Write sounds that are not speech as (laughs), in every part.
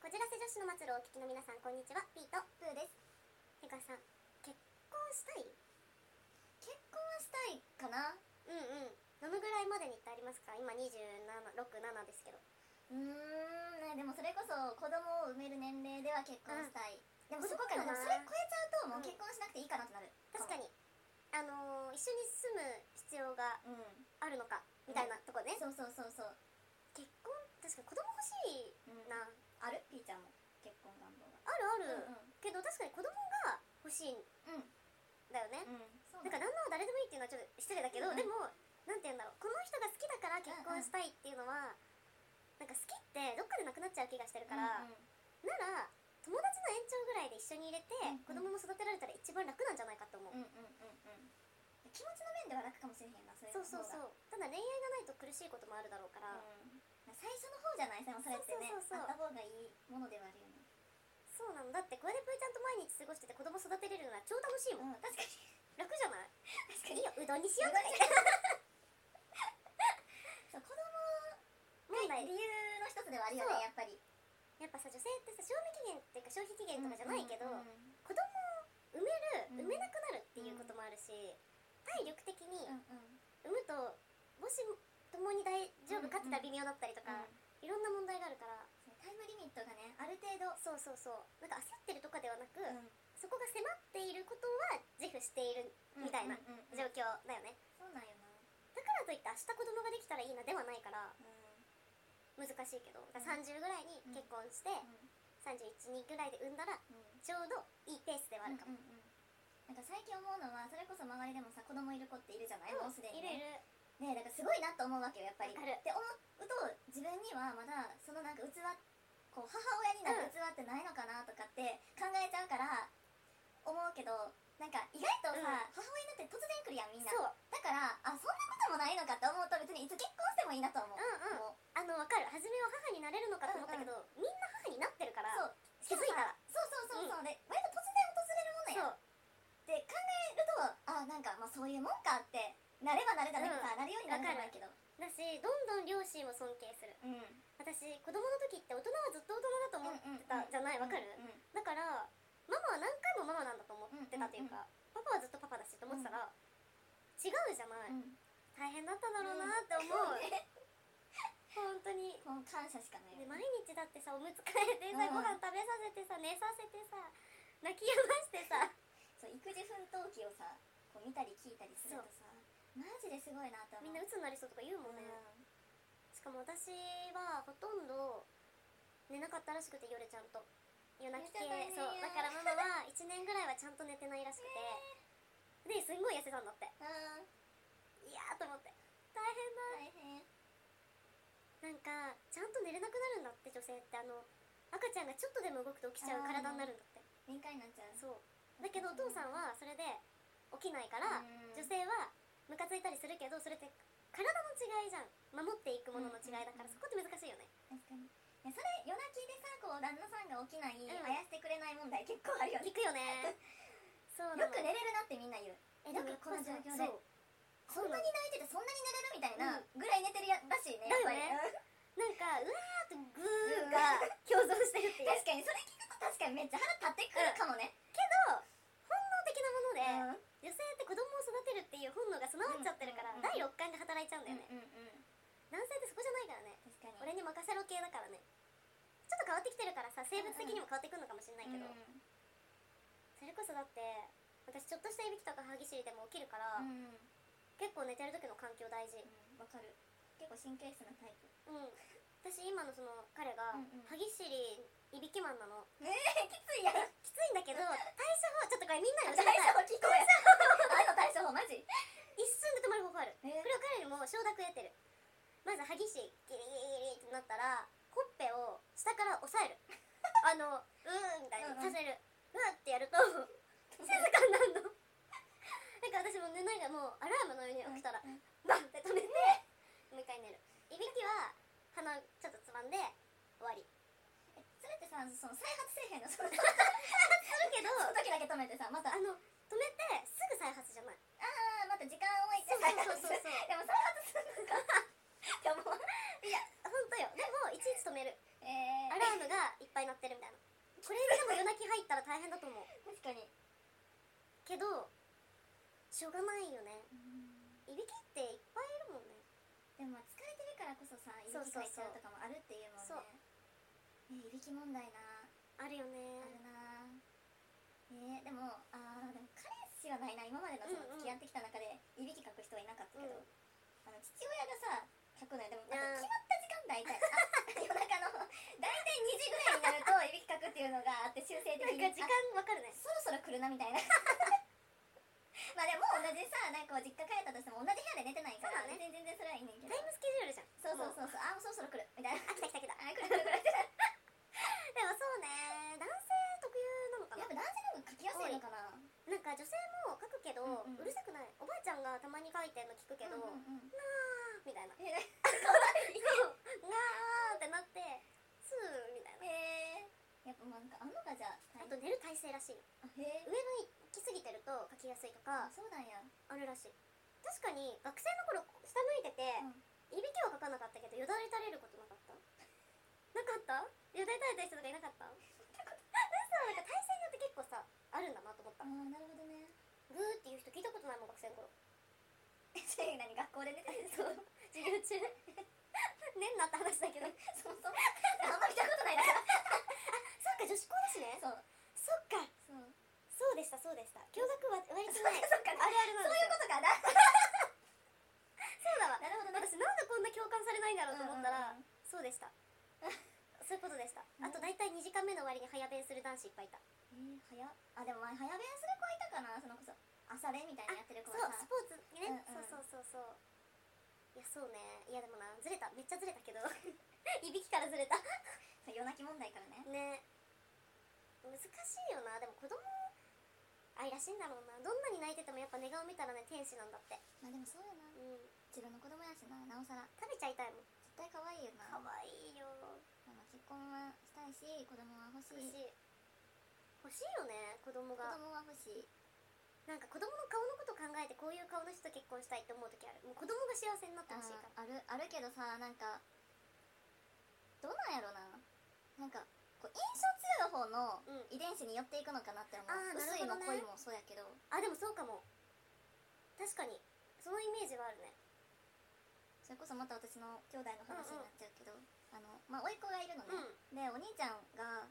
暮らしの末路をお聞きの皆さんこんにちはピーとブーですてかさ結婚したい結婚はしたいかなうんうんどのぐらいまでにってありますか今276ですけどうーんねでもそれこそ子供を産める年齢では結婚したい、でもそこから子供かなでもそれ超えちゃうともううん結婚しなくていいかなってなる、確かにあのー一緒に住む必要がうんあるのかみたいなとこねそうそうそうそう結婚確かに子供欲しいな、あるピーちゃんも結婚願望があるある、うんうんけど確かに子供が欲しいんうんだよね、うんそうなんかだ旦那は誰でもいいっていうのはちょっと失礼だけど、うんうんでもなんて言うんだろうこの人が好きだから結婚したいっていうのは、なんか好きってどっかでなくなっちゃう気がしてるから、うんうんなら友達の延長ぐらいで一緒に入れて、うんうん子供も育てられたら一番楽なんじゃないかと思う、うんうんうんうん気持ちの面では楽かもしれへんなそれそうそうそううただ恋愛がないと苦しいこともあるだろうから、ん最初の方じゃないでもそれってねそうそうそうそうあった方がいいものではあるよねそうなんだってこれでプーちゃんと毎日過ごしてて子供育てれるのは超楽しいもん、うん確かに楽じゃないい確かいにようどんにしようとか (laughs) 言ってそう子供問が題理由の一つではあるよそうねやっぱりやっぱさ女性ってさ賞味期限っていうか消費期限とかじゃないけど、うんうん子供を産める、産うんめなくなるっていうこともあるし、体力的にうんうん産むと母子ともに大丈夫かって言ったら微妙だったりとうんか、いろんな問題があるからタイムリミットがねある程度、そうそうそうなんか焦ってるとかではなく、うんそこが迫っていることは自負しているみたいなうんうんうんうん状況だよね、そうなんよな、だからといって明日子供ができたらいいなではないからう難しいけどだからうん30ぐらいに結婚して、んうん312ぐらいで産んだらちょうどいいペースではあるかも、うんうんうんなんか最近思うのはそれこそ周りでもさ子供いる子っているじゃない、もうすでに、いるいね、るねだからすごいなと思うわけよやっぱりわかるって思うと自分にはまだそのなんか器こう母親になる器ってないのかなとかって考えちゃうから思うけどなんか意外うとんさ、母親になって突然来るやんみんなそうだからあそんなこともないのかって思うと別にいつ結婚してもいいなと思うう,、んうんもうあの分かる初めは母になれるのかと思ったけど、みんな母になってるからそう気づいたらそうそうそうそう、で割と突然訪れそうるものやんって考えるとあなんかまあそういうもんかってなればなれたうらんさ、なるようになるじゃないけどだしどんどん両親を尊敬するうん私子供の時って大人はずっと大人だと思ってたじゃないわかる、うんだからママは何回もママなんだと思ってたというか、パパはずっとパパだしと思ってたら、違うじゃない、うん大変だっただろうなって思う、本当に (laughs) もう感謝しかないでよ毎日だってさおむつ替えてさ、うんご飯食べさせてさ寝させてさ泣きやましてさそう育児奮闘記をさこう見たり聞いたりするとさマジですごいなって思うみんな鬱になりそうとか言うもんね、うしかも私はほとんど寝なかったらしくて夜ちゃんと夜泣き系寝てたんやそうだからママは1年ぐらいはちゃんと寝てないらしくて、ですんごい痩せたんだってんうんいやーと思って大変大変だなんかちゃんと寝れなくなるんだって女性ってあの赤ちゃんがちょっとでも動くと起きちゃう体になるんだって敏感になっちゃうそうだけどお父さんはそれで起きないからうん女性はムカついたりするけどそれって体の違いじゃん守っていくものの違いだからうんそこって難しいよね確かにいやそれ夜泣きでさこう旦那さんが起きない、んあやしてくれない問題結構あるよね聞くよねそうなのよく寝れるなってみんな言うえよくこの状況でそうそんなに泣いててそんなに寝れるみたいなぐらい寝てるやらしいねだやっよぱねりなんかうわーとグーが共存してるっていう確かにそれ聞くと確かにめっちゃ腹立ってくるかもね、けど本能的なもので、女性って子供を育てるっていう本能が備わっちゃってるから、うんうんうん第六感が働いちゃうんだよね、うんうんうん男性ってそこじゃないからね確かに俺に任せろ系だからねちょっと変わってきてるからさ生物的にも変わってくるのかもしれないけど、うそれこそだって私ちょっとしたいびきとか歯ぎしりでも起きるから、んうんうん結構寝てる時の環境大事、わかる結構神経質なタイうプん、私今のその彼がうんうん歯ぎしりいびきマンなのええきついやろきついんだけど対処法ちょっとこれみんなに教対えた処い法聞こえあの対処法マジ一瞬で止まる方法あるえこれを彼にも承諾得てるまず歯ぎしりギリギリギリってなったらほっぺを下から押さえるあのうーんみたいにさせるうわってやると (laughs) 静かになるのだから私も寝ないがもうアラームのように起きたらバンって止めてもう一回寝るいびきは鼻ちょっとつまんで終わ (laughs) りそれってさその再発せえへんのその時あるけどあだけ止めてさまたあの止めてすぐ再発じゃないあまた時間置いてそうそうそうそうでも再発するのかって思ういや本当よでもいちいち止めるえーアラームががいっぱい乗ってるみたいなこれでも夜泣き入ったら大変だと思う確かにけどしょうがないよねうんいびきっていっぱいいるもんねでもまあ疲れてるからこそさいびきそうかそういちゃうそうとかもあるっていうもんねそうえいびき問題なあるよあねるなえーでもあーでも彼氏はないな今までのそのうんうん付き合ってきた中でいびきかく人はいなかったけど、うんあの父親がさ書くのよでもなあーんか決まった時間大体あ (laughs) 夜中の大体2時ぐらいになるといびきかくっていうのがあって修正的なんにか時間わかるねそろそろ来るなみたいな (laughs) まあでも同じさなんかこう実家帰ったとしても同じ部屋で寝てないから、そうだね全然それはいいねんけタどイムスケジュールじゃんそうそうもうそうそうあもうそろそろ来るみ (laughs) たいなあ来た来た来たあ来る来る来るってでもそうね男性特有なのかやなっぱ男性の方が書きやすいのかななんか女性も書くけど、ううんうんるさくないおばあちゃんがたまに書いてんの聞くけど、うんうんうん (laughs) なあみたいな (laughs) えなあってなってスーみたいなへえやっぱなんかあんのかじゃああと寝る体勢らしいあへ上えが行き過ぎてると書きやすいとかそうなんやあるらしい確かに学生の頃下向いてて、うんいびきは書かなかったけどよだれ垂れることなかったなかったよだれ垂れた人とかいなかっ (laughs) たそうなんか体勢によって結構さあるんだなと思ったあーグなるほどねーっていう人聞いたことないもん学生の頃 (laughs) それ何学校 (laughs) で寝てるそう授業中ねんなって話だけどそもそも (laughs) あんま見たことないなそっか女子校だしね (laughs) そうそっかそそううでしたそうでした驚愕は割とそないっかあるあるそうなんですいうよことかなそうだわ (laughs) なるほどな私なんでこんな共感されないんだろうと思ったら、うんうんうんそうでした (laughs) そういうことでしたあと大体2時間目の終わりに早弁する男子いっぱいいたえー、早っあでも前早弁する子いたかなそのこそ朝練みたいなやってるそ子うはスさポーツね、うんうんそうそうそうそういやそうねいやでもなずれためっちゃずれたけど (laughs) いびきからずれたそう夜泣き問題からねね難しいよなでも子供愛らしいんだろうなどんなに泣いててもやっぱ寝顔見たらね天使なんだってまあでもそうよなうん自分の子供やしななおさら食べちゃいたいもん絶対可愛いよな可愛いよでも結婚はしたいし子供は欲し欲しいい欲しいよね子供子が供は欲しいなんか子供の顔のこと考えてこういう顔の人と結婚したいって思う時あるもう子供が幸せになってあほしいからーあるあるけどさなんかどうなんやろななんかこう印象強い方のうん遺伝子に寄っていくのかなって思う、あーな薄いるほもどね濃いもそうやけどあでもそうかも確かにそのイメージはあるねそれこそまた私の兄弟の話になっちゃうけど、あのまあ甥っ子がいるのうんね、でお兄ちゃんが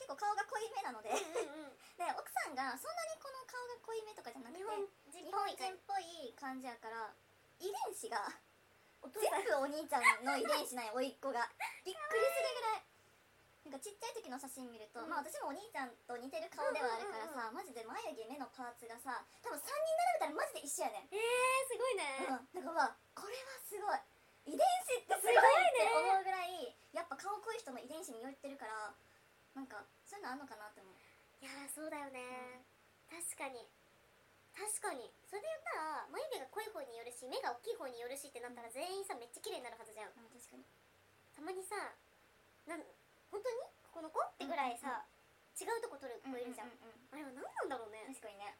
結構顔が濃いめなので (laughs) でうん (laughs) うん奥さんがそんなにこの顔が濃いめとかじゃなくて日本人日っ本ぽ人いっぽい感じやから遺伝子がお父全さん部お兄ちゃんの遺伝子ない甥っ (laughs) 子がびっくりするぐらいなんかちっちゃい時の写真見ると、うんまあ私もお兄ちゃんと似てる顔ではあるからさ、マジで眉毛目のパーツがさ多分3人並べたらマジで一緒やねん、えー、すごいね、うん、だからこれはすごい遺伝子ってすごいって思うぐらいやっぱ顔濃い人の遺伝子に寄ってるからなんかそういうのあんのかなって思ういやーそうだよね、確かに確かにそれで言ったら眉毛が濃い方によるし目が大きい方によるしってなったら全員さめっちゃ綺麗になるはずじゃんうん確かにたまにさなん本当にここの子ってぐらいさ、違うとこ取る子いるじゃん,、うううあれは何なんだろうね確かにね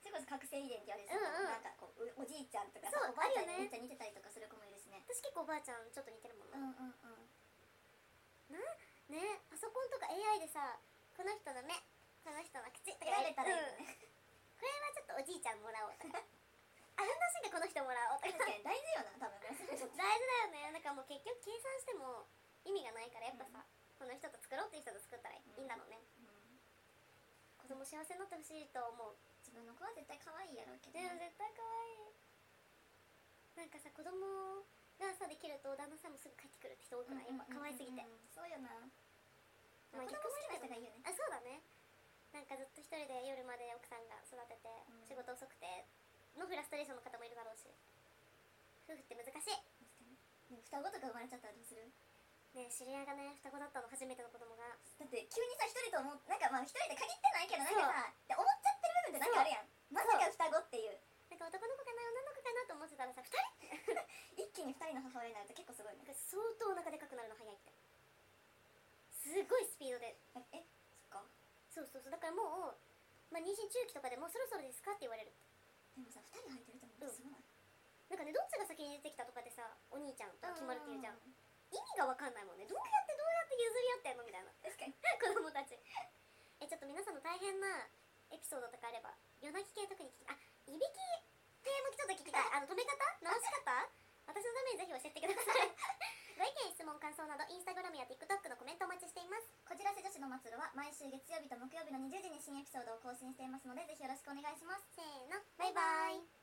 それこそ覚醒遺伝って言われてうさ、んうんなんかこううおじいちゃんとかさそうおばあちあゃんるよにめねっちゃ似てたりとかする子もいるしね私結構おばあちゃんちょっと似てるもんな、うんうんねパソコンとか AI でさこの人の目この人の口とか選べたらいいようんね、これはちょっとおじいちゃんもらおうとかあ運動神経この人もらおうと確かかに大事よな多分ね大事だよねなんかもう結局計算しても意味がないからやっぱさ、この人と作ろうっていう人と作ったらいいんだろうね、うん子供幸せになってほしいと思う自分の子は絶対可愛いやろうけどでもね、絶対可愛いなんかさ子供がさできると旦那さんもすぐ帰ってくるって人多くない、やっぱ可愛すぎて、うんうんうんそうよな、まあ子供好きな人がいいよねあそうだねなんかずっと一人で夜まで奥さんが育てて、ん仕事遅くてのフラストレーションの方もいるだろうし夫婦って難しい確かにでも双子とか生まれちゃったらどうするねえ知り合いがね双子だったの初めての子供がだって急にさ一人と思うなんかまあ一人で限ってないけどなんかさで思っちゃってる部分ってなんかあるやんまさか双子っていうなんか男の子かな女の子かなと思ってたらさ2人一気に二人の母親になると結構すごいねなんか相当お腹でかくなるの早いってすごいスピードでえそっそうかそうそうだからもう、まあ、妊娠中期とかでもうそろそろですかって言われるでもさ二人入ってると思うとすごいなんかねどっちが先に出てきたとかでさお兄ちゃんと決まるっていうじゃん、う意味がわかんないもんねどうやってどうやって譲り合ってんのみたいな (laughs) 確かに子供たちえちょっと皆さんの大変なエピソードとかあれば夜泣き系特に聞きあいびき系もちょっと聞きたいあの止め方直し方私のためにぜひ教えてくださいご意見質問感想などインスタグラムや TikTok のコメントお待ちしていますこじらせ女子の祭るは毎週月曜日と木曜日の20時に新エピソードを更新していますのでぜひよろしくお願いしますせーのバイバイ